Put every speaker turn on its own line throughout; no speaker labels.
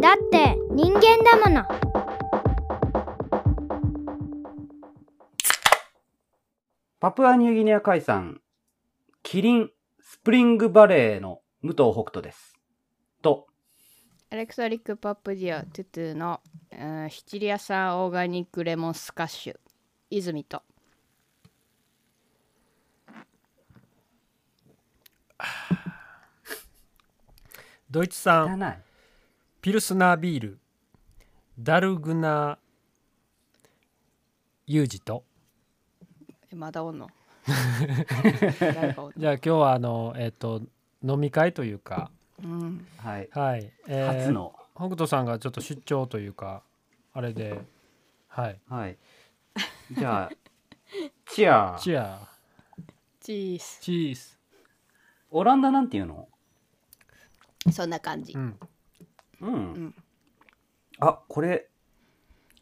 だって人間だもの
パプアニューギニア海産、キリンスプリングバレーの武藤北斗です。と、
エレクトリックパプディアトゥトゥの、うんシチリア産オーガニックレモンスカッシュ泉と
ドイツ
じゃ
産
ない。
ピルスナービールダルグナーユージと
えまだお んの誰かおんの
じゃあ今日はあのえっ、と飲み会というか
うん
はい。
はい、えー
初の。
北斗さんがちょっと出張というかあれではい
はい。じゃあ、チア。
チア
チーズ
チーズ
オランダなんていうの
そんな感じ
う、ん
うん。
ん
あ、これ、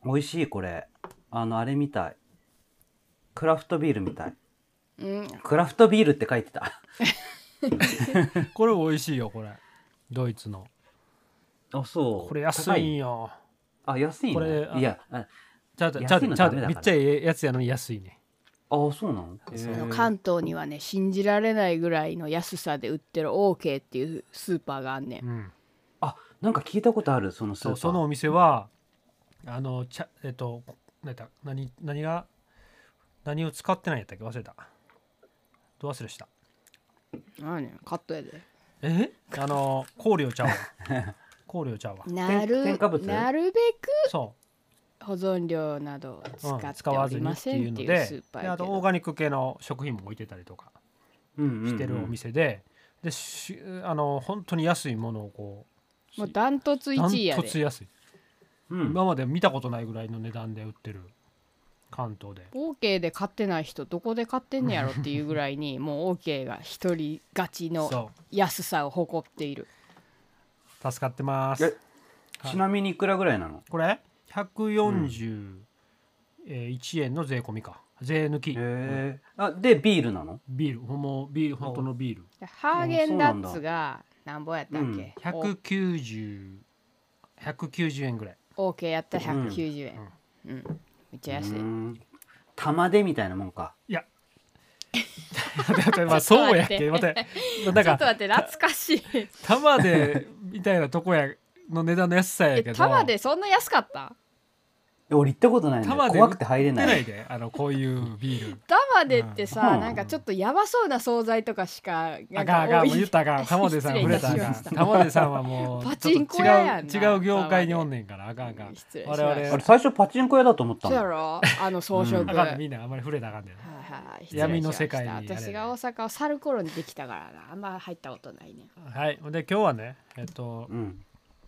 美味しい、これ。あの、あれみたい。クラフトビールみたい。
うん、
クラフトビールって書いてた。
これ美味しいよこれドイツの
あ、そう。
これ安
高
いん。よ
あ、安いの
これあ
いや、あ、
ちゃうちゃう
安いの
ちゃう
ダメだ
め
から
っちゃええやつやのに安いね
あそうなの
そ
へ
の
ー
関東にはね信じられないぐらいの安さで売ってるオーケーっていうスーパーがあんねん
うん
あ、なんか聞いたことある、そのスー
そ
パ
う
ー。
そのお店はあのちゃえっと何やった何何が何を使ってないんやったっけ忘れたど忘れした
何やねんカットやで
えあの香料ちゃうわ 香料ちゃうわ
な
添
る
加物
なるべく
そ
保存料などを
う、うん
使って
使わ
お
ず
り
に
ま
って
せ
い
ん
う
って
の
いうス
で
ーパー
で
や
あ
け
とオー
ど
ガニック系の食品も置いてたりとか
し
してるお。店で、でしあの本当に安いものをこう
もうダントツ
ダン
1位や
ト
で
ツ安い、
うんうんうん
今まで見たことないぐらいの値段で売ってる関東で
オーケーで買ってない人どこで買ってんねやろっていうぐらい にもうオーケーが一人勝ちの
そ
安さを誇っている
う助かってます
えちなみにいくらぐらいなの
これ141円の税込みか税抜き、
へえ。あ、で、ビールなの
ビールほんまビール本当のビール
ハーゲンダッツがなんぼやったっけ、
190 190円ぐ らい
オーケーやったら190円、うんめっちゃ安い、
うーん玉でみたいなもんか。
いやまあそうやっけ
ちょっ
ま
と
た
待
だ
ちょっと待
から
って懐かしい
玉でみたいなとこやの値段の安さや
え
けど
玉でそんな安かった
俺行ったことないんだ
玉
よ。
で
怖くて入れ
売って
な。
ないいであのこういうビール
玉でってさ、
うん
なんかちょっとやばそうな惣菜とかしかな
あ
ん
かんあ
か
か
多
ん
い
もう言ったら あかん玉出さん触れたら
失礼いたしま
あかん
した
玉出さんはもう
パチンコ屋やんな
ちょっと違う違う業界におんねんからあかんあかん
失礼しました
我
あ
々
れ、最初パチンコ屋だと思った
そうや
の。
ろあの装飾、
うん
あかんみんなあんまり触れたらあかんねん
はいはい失礼しました
闇の世界にやれ
私が大阪を去る頃にできたからなあんま入ったことないね
はいで今日はねえっと
うん。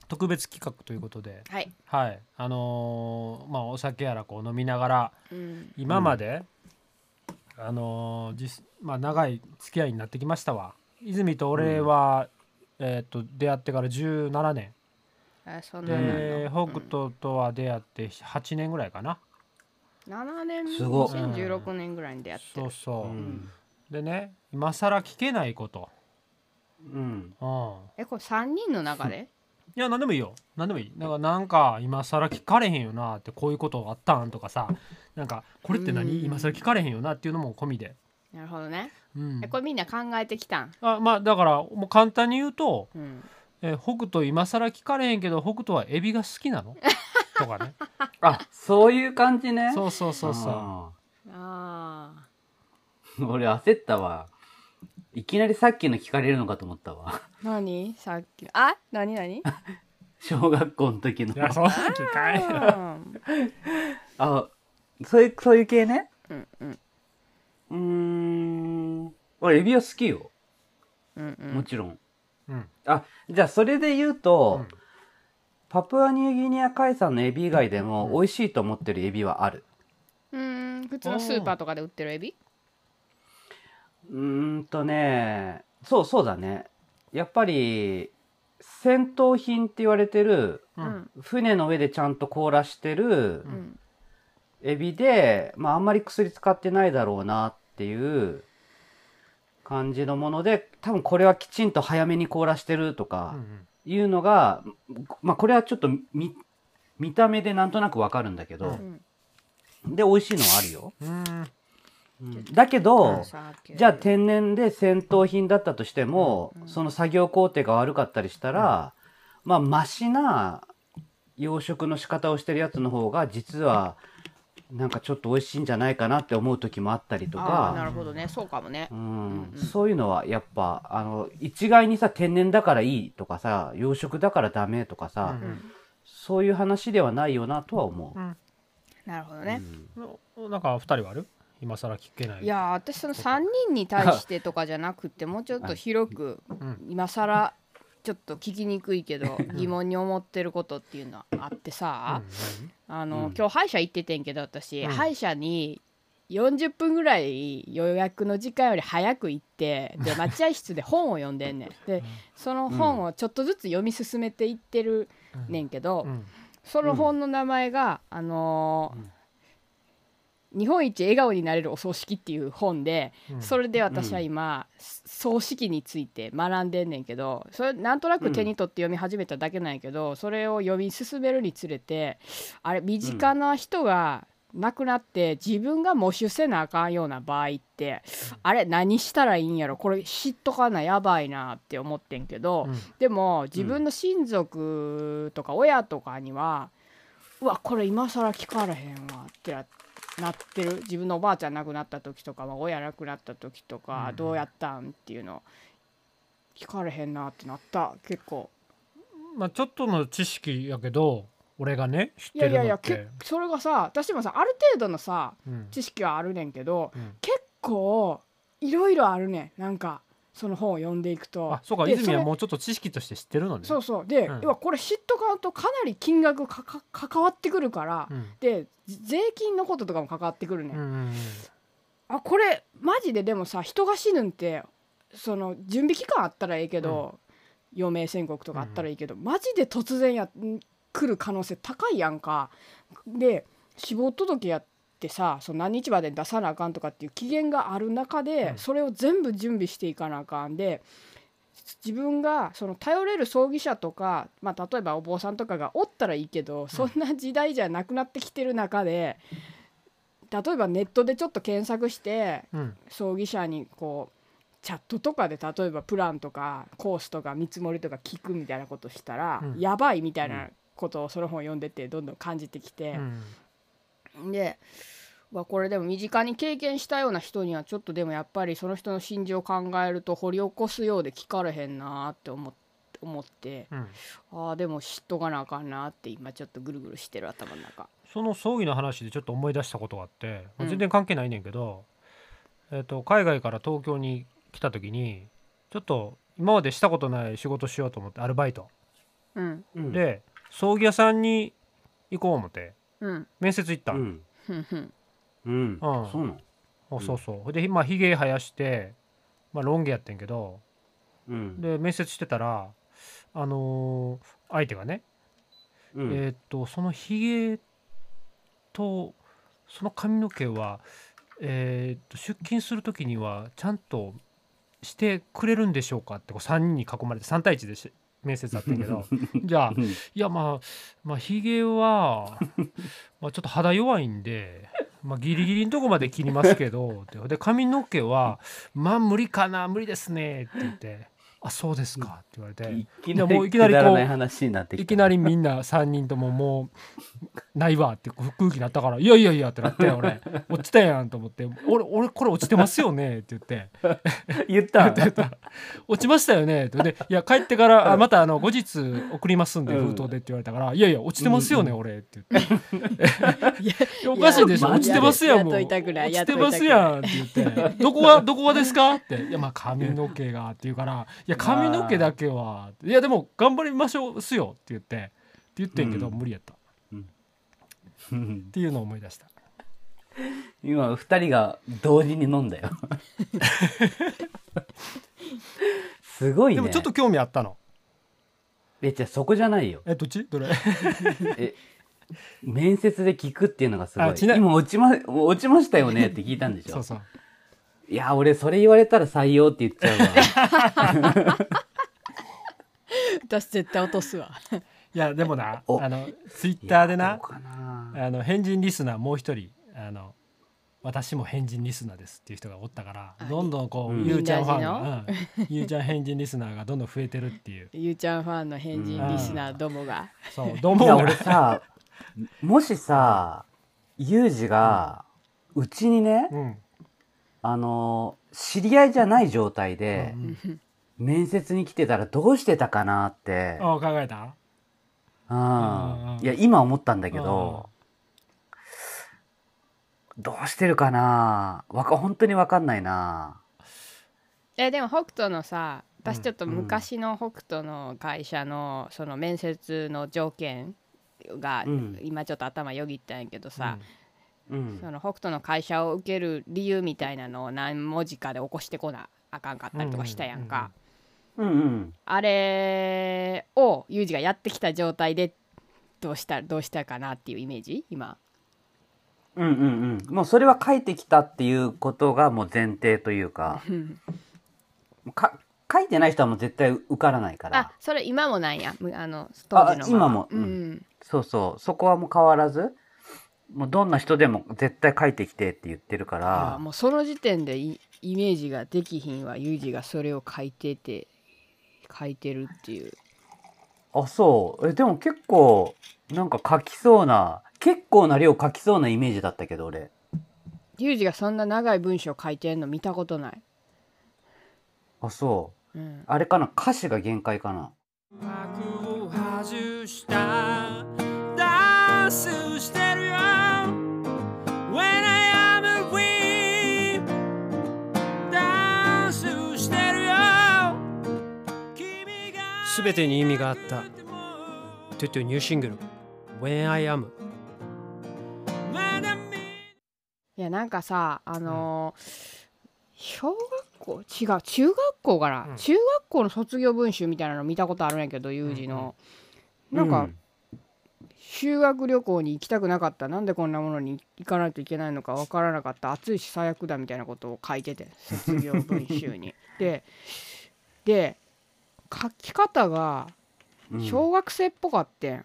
特別企画ということで
はい、
はいあのーまあお酒やらこう飲みながら
うん、
今まで、あのー実まあ長い付き合いになってきましたわ泉と俺は、えっと出会ってから17年
あそんなのあるの
で北斗とは出会って8年ぐらいかな、
7年
すごっ
2016年ぐらいに出会って
そ
る
うそう、
うん
でね今更聞けないこと、
うん。
うん、
えこれ3人の中で
いや何でもいいよ何でもいいなんかなんか今更聞かれへんよなってこういうことあったんとかさなんかこれって
う
何
ん
今更聞かれへんよなっていうのも込みで、
なるほどね
うん
え、これみんな考えてきたん
あまあだからもう簡単に言うと、
うん
えー北斗今更聞かれへんけど北斗はエビが好きなのとかね
あ、そういう感じね。
そうそうそうそう
あ
うん。俺焦ったわ。いきなりさっきの聞かれるのかと思ったわ。
ー何さっきあ何何
小学校の時の
い。やそんな聞かれへんよ
うん
あ、そういう、そういう系ね。
うんうん
うーん。俺、エビは好きよ。
うんう
も
ん
ちろん。
うん
あ、じゃあそれで言うと、
うん
パプアニューギニア海産のエビ以外でも
うん
美味しいと思ってるエビはある。
うーん普通のスーパーとかで売ってるエビ
うーんとね、そうそうだね。やっぱり、戦闘品って言われてる、
う
うんん
船の上でちゃんと凍らしてる
う
うんん
エビで、まああんまり薬使ってないだろうなっていう感じのもので、多分これはきちんと早めに凍らしてると
う
か、
ん
いうのが、まあ、これはちょっと見見た目でなんとなくわかるんだけど、
ん
で美味しいのはあるよ、
うん
だけど、じゃあ
て
天然で戦闘品だったとしても、
うん
その作業工程が悪かったりしたら、まあマシな養殖の仕方をしてるやつの方が実はなんかちょっと美味しいんじゃないかなって思う時もあったりと
あーな
か、
るほどねそうかもね
う
うん
ん
うん
そういうのはやっぱあの一概にさ天然だからいいとかさ養殖だからダメとかさ、
うん
そういう話ではないよなとは思う。
なるほど
う
ね、
ん
うんなんか二人はある今更聞けない
いやー私その3人に対してとかじゃなくてもうちょっと広く
ん
今更ちょっと聞きにくいけど疑問に思ってることっていうのはあってさ、あの、
うん
今日歯医者行っててんけど私、
うん
歯医者に40分ぐらい予約の時間より早く行ってで待合室で本を読んでんねんでその本をちょっとずつ読み進めていってるねんけど、
うん
その本の名前が、あのー日本一笑顔になれるお葬式」っていう本で、
うん
それで私は今、葬式について学んでんねんけどそれなんとなく手に取って読み始めただけなんやけど、それを読み進めるにつれてあれ身近な人が亡くなって自分が喪主せなあかんような場合って、あれ何したらいいんやろこれ知っとかなやばいなって思ってんけど。
うん
でも自分の親族とか親とかには、うわこれ今更聞かれへんわってななってる自分のおばあちゃん亡くなった時とかまあ親亡くなった時とか、
うん
どうやったんっていうの聞かれへんなってなった結構
まあちょっとの知識やけど俺がね知っ
いや
て
いや
る
い
の
や
って
けそれがさ私もさある程度のさ
うん
知識はあるねんけど
うん
結構いろいろあるねんなんかその本を読んでいくと。
あそうか
でそ
泉
れ
はもうちょっと知識として知ってるのね
そうそうで、
うん
要はこれ知っとかんとかなり金額かか関わってくるから、
うん
でじ税金のこととかも関わってくるね、
うんうん
あこれマジででもさ人が死ぬんってその準備期間あったらええけど、余命宣告とかあったらいいけど、マジで突然やん来る可能性高いやんかで死亡届やってさその何日までに出さなあかんとかっていう期限がある中で、
うん
それを全部準備していかなあかんで自分がその頼れる葬儀社とか、まあ、例えばお坊さんとかがおったらいいけどそんな時代じゃなくなってきてる中で例えばネットでちょっと検索して
うんうん
葬儀社にこうチャットとかで例えばプランとかコースとか見積もりとか聞くみたいなことしたら、
うん
やばいみたいなことをその本読んでてどんどん感じてきて
う、ん
でまあこれでも身近に経験したような人にはちょっとでもやっぱりその人の心情を考えると掘り起こすようで聞かれへんなーって思って。思って
うん
ああでも知っとかなあかんなーって今ちょっとぐるぐるしてる頭の中
その葬儀の話でちょっと思い出したことがあって、まあ
うん
全然関係ないねんけど、えっと海外から東京に来た時にちょっと今までしたことない仕事しようと思ってアルバイト、
うん
うん、
で葬儀屋さんに行こう思って
うん
面接行った、
うんん、
ふんふん
うん、
うん
そうなの、
あそうそうほいでまあひげ生やして、まあ、ロン毛やってんけど
うん、
で面接してたらあのー相手がね、
うん
えっとそのひげとその髪の毛は、えー、と出勤する時にはちゃんとしてくれるんでしょうかってこう3人に囲まれて3対1でし面接あったんやけ どじゃあ
うん
いやまあまあひ げはまあちょっと肌弱いんで、まあ、ギリギリのとこまで切りますけどってで髪の毛は「まあ無理かな無理ですね」って言って「あそうですか」って言われて。
いき
で
な
もう
り
いきなり
く
こう
だらない話になってきた。
いき なりみんな3人とももうないわってこう空気になったから「いやいやいや」ってなって俺落ちたやんと思って「俺俺これ落ちてますよね」って言って
言った。
「落ちましたよね」ってで「いや帰ってからあまたあの後日送りますんで
うん
封筒で」って言われたから「いやいや落ちてますよね俺」って言って
いや
「おかしいでしょ
いや
落ちてますやんもう
やっとい
落
たくない
ちてますやん」って言って「どこはどこはですか?」って「いやまあ髪の毛が」って言うから「いや髪の毛だけは」いやでも頑張りましょうっすよ」って言ってって言ってんけど
うん
無理やった。
うん
っていうのを思い出した。
今二人が同時に飲んだ よ。すごいね。
でもちょっと興味あったの。
えじゃあそこじゃないよ。
えどっちどれ？
え面接で聞くっていうのがすご。
あちない
今落ちま落ちましたよねって聞いたんでしょ。
そうそう。
い や俺それ言われたら採用って言っちゃうわ。
私絶対落とすわ
いやでもな
お
あのツイッターで
いや
な
どうかな
あの変人リスナーもう一人あの私も変人リスナーですっていう人がおったから
あ
どんどんこう、
うん
ゆうちゃんファンが、うん ゆうちゃん変人リスナーがどんどん増えてるっていう
ゆうちゃんファンの変人リスナーどもが
そうどう
い
も
や俺さもしさユージがうちにね、
うん
あの知り合いじゃない状態
う
で
ん
面接に来てたらどうしてたかなって、
あ考えた
うん
うん
いや今思ったんだけど、どうしてるかなわか本当にわかんないな
えでも北斗のさ私
うん
ちょっと昔の北斗の会社のその面接の条件が
うん
今ちょっと頭よぎったんやけどさ、
うん
その北斗の会社を受ける理由みたいなのを何文字かで起こしてこなあかんかったりとかしたやんか、
うんうんうん
うんうん
あれをユージがやってきた状態でどうしたどうしたかなっていうイメージ 今
うんうんうんもうそれは書いてきたっていうことがもう前提というか
うん
か書いてない人はもう絶対受からないから
あそれ今もなんやむあの当時の
今
まま
も
う
うんん
うん
そうそうそこはもう変わらずもうどんな人でも絶対書いてきてって言ってるか
あ
ら
もうその時点でイイメージができひんわユージがそれを書いてて書いてるっていう
あそうえでも結構なんか書きそうな結構な量書きそうなイメージだったけど俺
ユージがそんな長い文章書いてんの見たことない、
あそう
うん、
あれかな歌詞が限界かな
幕を外したダンスしてるよ When I am with you ダンスしてるよ君が
全てに意味があったトゥトゥニューシングル「When I Am
まだ見
いやなんかさあのー小学校違う中学校かな、
うん
中学校の卒業文集みたいなの見たことあるんやけどユージの、なんか、修学旅行に行きたくなかったなんでこんなものに行かないといけないのか分からなかった暑いし最悪だみたいなことを書いてて卒業文集 に。でで書き方が
うん
小学生っぽかってん、」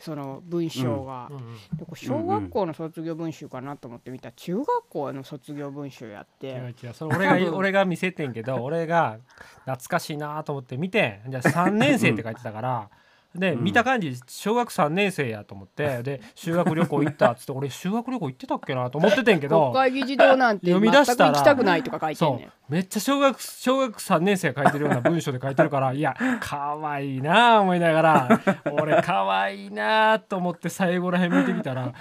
その文章
う
が
ん、。うん
でこれ小学校の卒業文集かなと思って見たら中学校の卒業文集やって。
違う違うそれ俺が俺が見せてんけど俺が懐かしいなと思って見てじゃあ3年生って書いてたからで
うん
見た感じ小学3年生やと 思ってで修学旅行行ったっつって俺修学旅行行ってたっけなと思っててんけ
国
ど
会議事堂なんて全
読
く
み出したら
行きたくないとか書いてん
そ
ねん
うめっちゃ小学小学3年生が書いてるような文章で書いてるからいやかわいいなあ思いながら俺かわいいなあと思って最後らへん見てみたら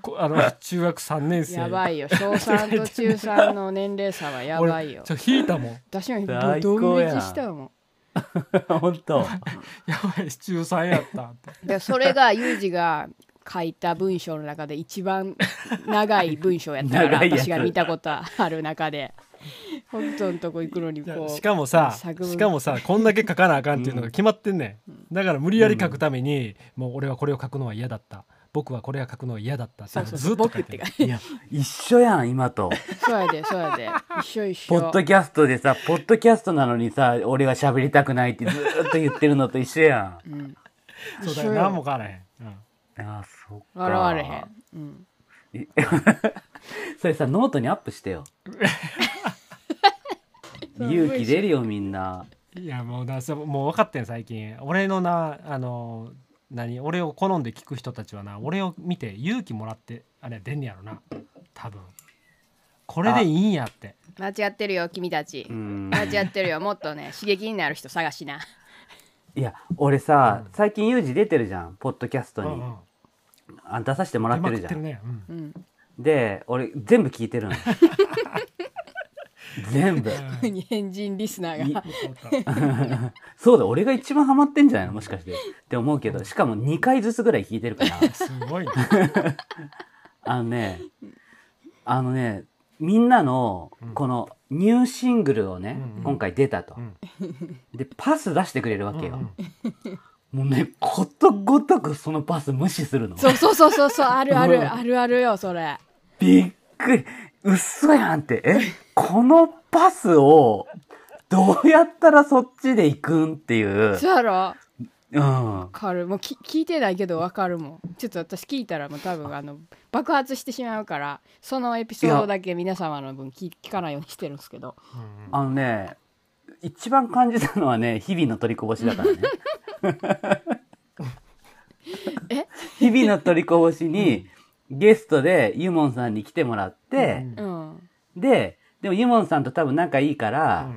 こあの中学3年生
やばいよ小3と中3の年齢差はやばいよ
俺ちょっと引いたもん
私も
最
ド
高
ン
やん
引きしたもん
本 当
やばい中3やったって。
でそれがユージが書いた文章の中で一番長い文章やったから
長いやつ
私が見たことある中で北斗のとこ行くのに
いや
こ
し
う
かもさ
作文
しかもさこんだけ書かなあかんっていうのが決まってんねん、だから無理やり書くために、もう俺はこれを書くのは嫌だった僕はこれは書くのは嫌だったっていうのをずっと書いてる
いや一緒やん今と
そうやでそうやで一緒一
ポッ
緒
ドキャストでさポッドキャストなのにさ俺が喋りたくないってずーっと言ってるのと一緒やん
うん
そうだ
一
よ
緒よ
何も書かれへん、うん
あーそっか
笑われへん、うん、
それさノートにアップしてよ勇気出るよみんない
やもうなそうもう分かってん最近俺のなあの何俺を好んで聞く人たちはな俺を見て勇気もらってあれ出んねやろな多分これでいいんやって
間違ってるよ君たち
うん
間違ってるよもっとね刺激になる人探しない
や俺さ、最近ユージ出てるじゃんポッドキャスト
うん
に、
うん
あ出させてもらってるじゃ
出まくって
ん
るね、 うん
うん
で俺全部聞いてる の全部
変人リスナーが
そうだ俺が一番ハマってんじゃないのもしかしてって思うけどしかも2回ずつぐらい聞いてるから
すごいね
あのねあのねみんなの
うん
このニューシングルをね、
うんうん
今回出たと、
うん
でパス出してくれるわけよ、
うん
もうねことごとくそのパス無視するの
そうそうそうそうそうあるあ
う
る
ん
あるあるよそれ
びっくり嘘やんってえこのパスをどうやったらそっちで行くんっていう。
そうやろ
うん
わ。かるもうき聞いてないけどわかるもんちょっと私聞いたらもう多分あの爆発してしまうからそのエピソードだけ皆様の分聞聞かないようにしてるんですけど
うん
あのね、一番感じたのはね、日々の取りこぼしだからね。
え
日々の取りこぼしに、ゲストでユモンさんに来てもらって、
うん
うん
で、でもユモンさんと多分仲いいから、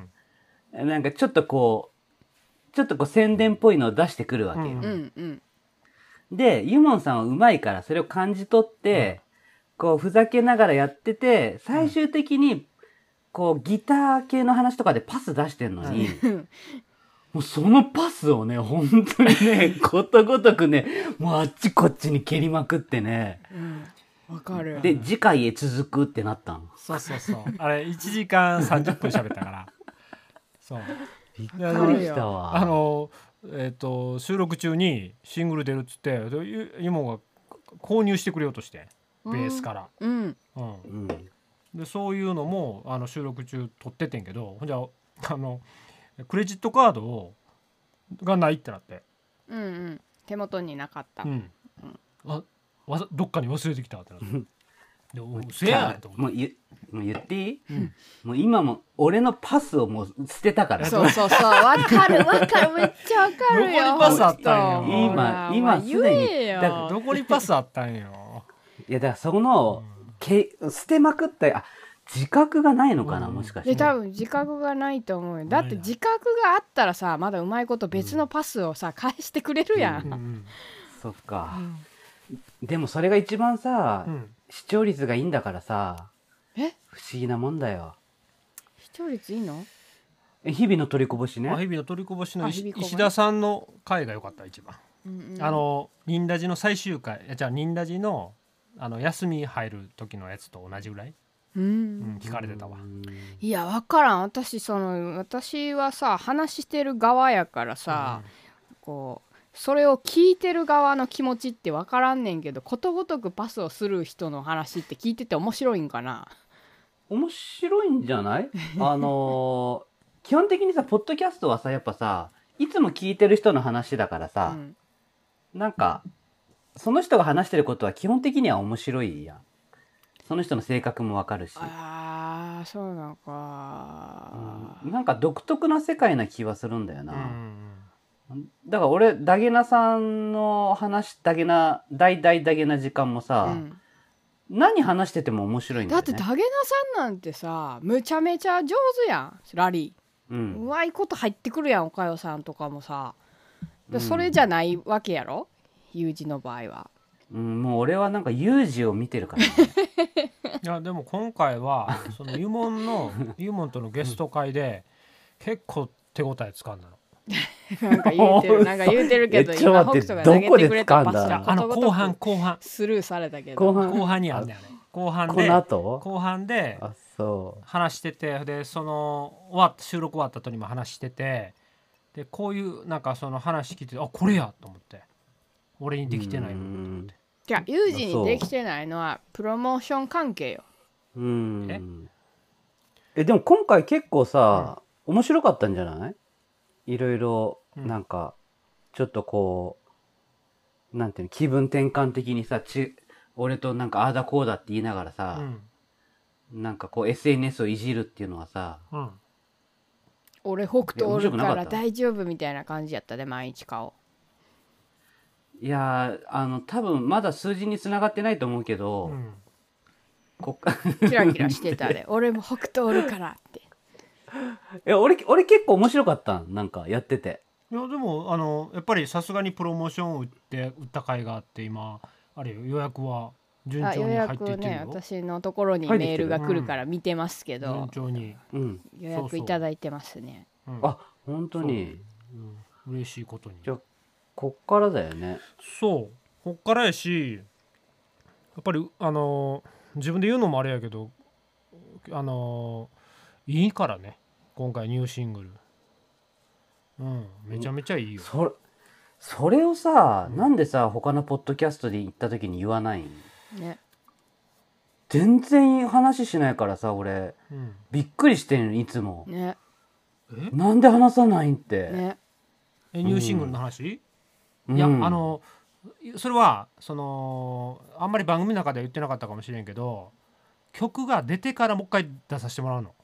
なんかちょっとこう、ちょっとこう宣伝っぽいのを出してくるわけよ。
う
う
ん
んうん
で、ユモンさんはうまいからそれを感じ取って、こうふざけながらやってて、最終的にこうギター系の話とかでパス出してんのに、
うん
もうそのパスをね、本当にね、ことごとくね、もうあっちこっちに蹴りまくってね、
うんわかる
で、次回へ続くってなったの。
そうそうそうあれ1時間30分喋ったからそう
びっく
わか
り
る
し
よ
たわ。
あのえっ、と収録中にシングル出るっつってでゆゆもが購入してくれようとしてベースから、
うん
うん
うん、
でそういうのもあの収録中撮っててんけどほんじゃあのクレジットカードをがないってなって、
うんうん手元になかった
うん、あわざどっかに忘れてきたってなって
ん
でおせやんと思
も
っ
う言もう言っていい、
ん
もう今も俺のパスをもう捨てたから。
そうそうそうわかるわかるめっちゃわかるよ
どこにパスあったんよ
ほ
今
ら
今
お前
すでに
言えよ
だ
てどこにパスあったんよ
いや、だからその、け捨てまくった、あ、自覚がないのかな、
うん
もしかして。
で多分自覚がないと思うよだって自覚があったらさまだうまいこと別のパスをさ返してくれるや
うん
ん、
そっか。でもそれが一番さ、
うん
視聴率がいいんだからさ、
え
不思議なもんだよ。
視聴率いいの
え日々の取りこぼし
うんあ日
ね。
々の取りこぼしの
あ
石
日々こぼし
石田さんの回が良かった一番、
うんうん
あのニンダジの最終回いやじゃあニンダジのあの休み入る時のやつと同じぐらい、
うん
うん、聞かれてたわ、
いや分からん私その私はさ話してる側やからさ、こうそれを聞いてる側の気持ちって分からんねんけどことごとくパスをする人の話って聞いてて面白いんかな
面白いんじゃない あのー基本的にさ、ポッドキャストはさ、やっぱさ、いつも聞いてる人の話だから
う
さ、
ん
なんか、その人が話してることは基本的には面白いやん。その人の性格もわかるし。
あーそうなのか、
なんか独特な世界な気はするんだよ
う
な。
ん
だから俺、ダゲナさんの話、ダゲナ、大大ダゲナ時間も
う
さ、
ん
何話してても面白いんだ
だ
よ
っ
ね。
てダゲナさんなんてさむちゃめちゃ上手やんラリ
う。
ー、うんまいこと入ってくるやんおかよさんとかもさ
う
で
ん
それじゃないわけやろ U 字の場合 は
うん、もう俺はなんかユージを見てるから、ね。
いやでも今回はその湯門の湯門とのゲスト会で結構手応えつかんだの。
なんか言うて
嘘
るなんか言うてるけど
えちょ
今
っと待
北
って
斗が投げてくれた
どこで掴
パス
んだ
が
あの後半後半
スルーされたけど
後半、
後半にあんねんあれ後半
この
で
後
後半で
あ、そ
話しててでその終わっ収録終わった後にも話しててでこういうなんかその話聞いてあこれやと思って俺に
う。
できてない
うん
部分と
じゃあ U 字にできてないのはプロモーション関係よ
うん。え、でも今回結構さ、面白かったんじゃないいろいろ、
うん
なんか、ちょっとこう、なんていうの、気分転換的にさ、ち、俺となんかああだこうだって言いながら
思
さ、
って。
なんかこう SNS をいじるっていうのはさ、
うんうん
俺北斗
いや
おるか
面白くなかっ
ら
た
大丈夫みたいな感じやったで毎日顔
いやー、あの、多分まだ数字につながってないと思うけど、
うん
こっか
キラキラし てたで俺も北斗おるからって
え、俺、俺結構面白かったんなんかやってて。
いやでもあのやっぱりさすがにプロモーションを売って売った甲斐があって今あれよ予約は順
あ
調
予
に入ってい
約
ってる
ね
よ、
私のところに
入ってき
メ
て
ー
る
ルが来るから見てますけど
順、調に、
うん。
予約いただいてますね
うん、
あ、本当に。
うん嬉しいことに
じゃあこっからだよね。
そうこっからやしやっぱりあの自分で言うのもあれやけどあのいいからね今回ニューシングルうんめちゃめちゃいいよ、
それ、それをさ、
うん
なんでさ、他のポッドキャストで行った時に言わないん
ね
全然話しないからさ、俺、
うん
びっくりしてるの、いつも。
ね
え
なんで話さないんって、
ね
えニューシングルの話、
うん
いやあのそれはそのあんまり番組の中では言ってなかったかもしれんけど曲が出てからもう一回出させてもらうの。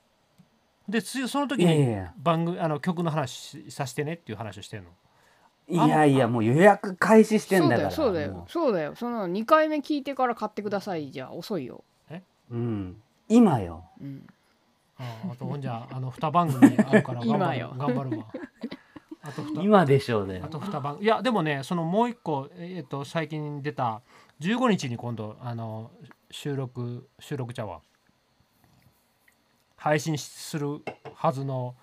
でつその時
いやいやい
に
や
番組あの曲の話しさせてねっていう話をしてんの。
いやいやもう予約開始して
そ
ん
う
だ
だ
か
よ
ら
そうだよ
も
そうだよその2回目聞いてから買ってくださいじゃ遅いよ、
ううん今よ
うん、
うんあとほんじゃあの2番組あるから 頑張
今
る
よ
頑張るわ。あと2
今でしょうね
あと二番いやでもねそのもう一個えっ、と最近出た15日に今度あの収録収録ちゃうわ配信するはずの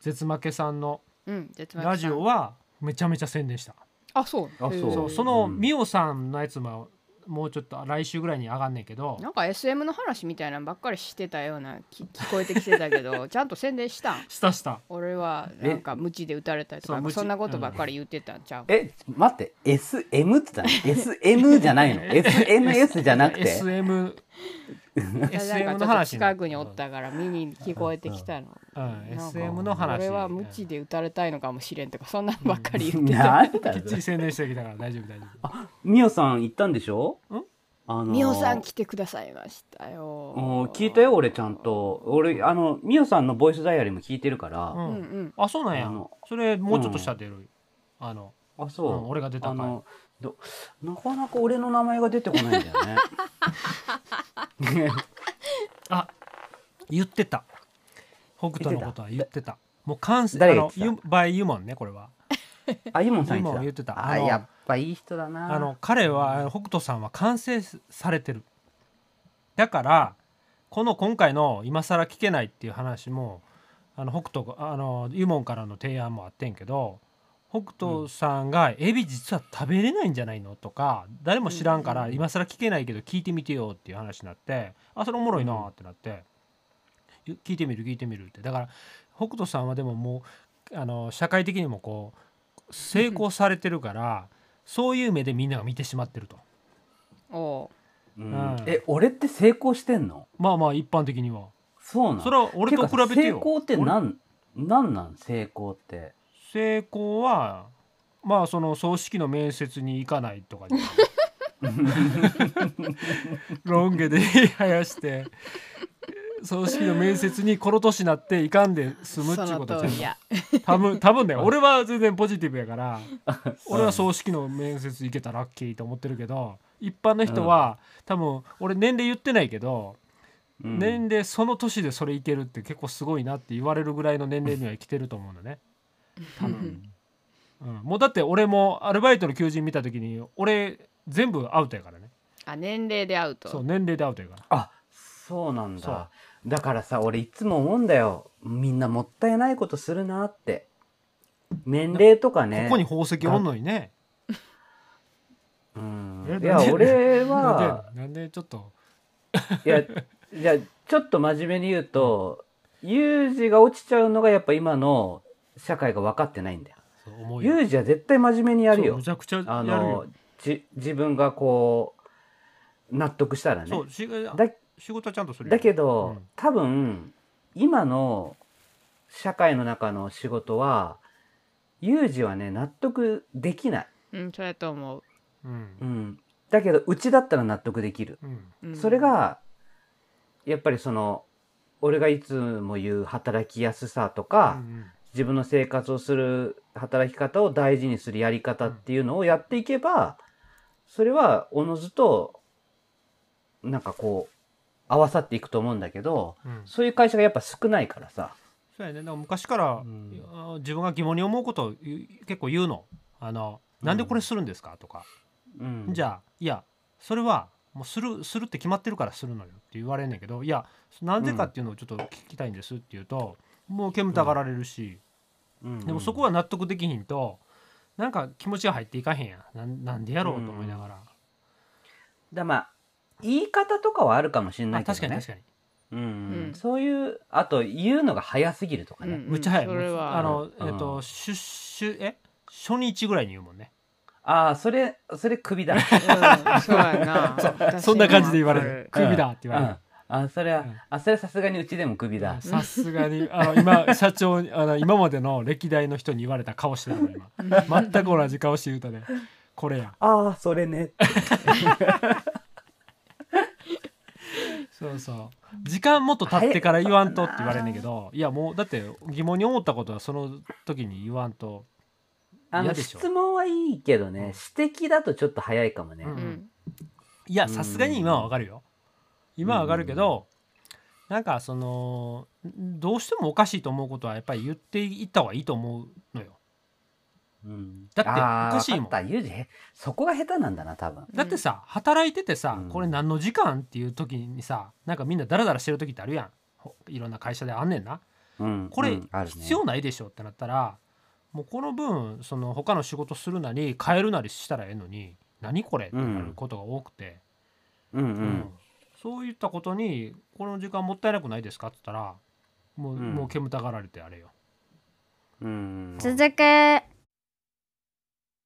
絶負けさんの
うん、じゃあつまみさん
ラジオはめちゃめちゃ宣伝した、
あそう
あそう
へえ
そうそのミオさんのやつももうちょっと来週ぐらいに上がんねんけど
なんか SM の話みたいなのばっかりしてたようなき聞こえてきてたけど ちゃんと宣伝したん
したした
俺はなんか無知で打たれたりと
そう
かなんか
鞭
そんなことばっかり言ってたんちゃう
え待って SM って言った の ?SM じゃないの ?SNS じゃなくて
SM
いや
SM
なんかちょ
の
っと
話
近くにおったから見に聞こえてきたの。
うん
なんか
SM の
俺
話
は無知で打たれたいのかもしれんとかそんなのばっかり言ってた。
なんだ
きっちり宣伝してきたから大丈夫大丈夫
ミオさん行ったんでしょ
ん
あのー
みおさん来てくださいました
お
よ。
聞いたよ俺ちゃんと俺あのミオさんのボイスダイアリーも聞いてるから、
う
うん
ん
うん。
あそうなんや
あの
それもうちょっとしたら出る、あの
あそう、
うん俺が出た
あ
から
のどなかなか俺の名前が出てこないんだよね
あ言ってた北斗のことは言ってたもう関西
誰
あ
が
の
言っ
ゆバイユモンねこれは
あイモンさん言って
イモ
た
ン言ってた
あ
あの
やっぱいい人だな
あの彼はあの北斗さんは完成されてるだからこの今回の今更聞けないっていう話もあの北斗あのユモンからの提案もあってんけど北斗さんが「エビ実は食べれないんじゃないの?」とか誰も知らんから今更聞けないけど聞いてみてよっていう話になってあそれおもろいなってなってゆ聞いてみる聞いてみるってだから北斗さんはでももうあの社会的にもこう成功されてるからそういう目でみんなが見てしまってると
おう
うん
うん
え俺って成功してんの
まあまあ一般的には
そうなの
それは俺と比べてよ
かさ成功ってなんなんなん成功って
成功はまあその葬式の面接に行かないとかにロン毛で生やして葬式の面接にこの年になって行かんで済むっ
そ
ちゅ
の
うこと
通り
じ
や。
ゃん多分多分ね 俺は全然ポジティブやから俺は葬式の面接行けたらラッキーと思ってるけど一般の人は、多分俺年齢言ってないけど、
うん
年齢その年でそれ行けるって結構すごいなって言われるぐらいの年齢には生きてると思うんだね。
多分
うん、もうだって俺もアルバイトの求人見た時に俺全部アウトやからね
あ年齢で会う
そう
と。
年齢でアウトやから
あそうなん
そ
だ
う
だからさ俺いつも思うんだよみんなもったいないことするなって年齢とかね
ここに宝石おんのにね
うん
え
いや
なんで
俺
な
は
んでなんでちょっと
いやいやちょっと真面目に言うとユージが落ちちゃうのがやっぱ今の社会が分かってないんだよ
そう思う
ユージは絶対真面目にやる
そう
よ
むちゃくちゃやるよ
あのじ自分がこう納得したらね
そうし
だ
仕事はちゃんとするよ
だけど、
うん
多分今の社会の中の仕事はユージはね納得できない、
うんそれと思う。
うん
うん、だけどうちだったら納得できる、
うん
うん
それがやっぱりその俺がいつも言う働きやすさと
う
か、
ん
自分の生活をする働き方を大事にするやり方っていうのをやっていけばそれはおのずとなんかこう合わさっていくと思うんだけど、
うん
そういう会社がやっぱ少ないからさ。
そうやね、なんか昔から、
ん
いや自分が疑問に思うことを言う結構言うのあの「なんでこれするんですか?」とか、
うん
じゃあいやそれはもうするするって決まってるからするのよ」って言われんねんけど「いやなんでかっていうのをちょっと聞きたいんです」って言うと、もう煙たがられるし、
うん
でもそこは納得できひんとなんか気持ちが入っていかへんやんなんなんでやろうと思いながら、
だまあ言い方とかはあるかもしれな
あ
いけ
確
ど
か
ね
に確。かに、
うん
うん
そういうあと言うのが早すぎるとか
うんう
ね。
ん
むっちゃ早い
それは
あの、
うん
えっと出出え初日ぐらいに言うもんね
ああそれそれ首だ。
うんそうやな。
そんな感じで言われる「
うん
首だ」って言われる、
うんあそれは、あそれはさすがにうちでも首だ、
さすがにあの今社長にあの今までの歴代の人に言われた顔してたの今全く同じ顔して言うたでこれや
ああそれね
そうそう時間もっと経ってから言わんとって言われんねんけどいやもうだって疑問に思ったことはその時に言わんと
あ
嫌
の
でしょ
質問はいいけどね指摘だとちょっと早いかもね、
う
うんん
いやさすがに今はわかるよ今はわかるけどなんかそのどうしてもおかしいと思うことはやっぱり言っていった方がいいと思うのよ
うん
だって
あー
おかしいもん
わかったユージへそこが下手なんだな多分
だってさ働いててさ、
うん
これ何の時間っていう時にさなんかみんなダラダラしてる時ってあるやんほいろんな会社であんねんな
うん
これ
うんあるね
必要ないでしょってなったら、もうこの分その他の仕事するなり変えるなりしたらええのに何これってなることが多くて、
うんう
うん
ん
そういったことにこの時間もったいなくないですかって言ったらもう,、
うん
もう煙たがられてあれよ
うん
続け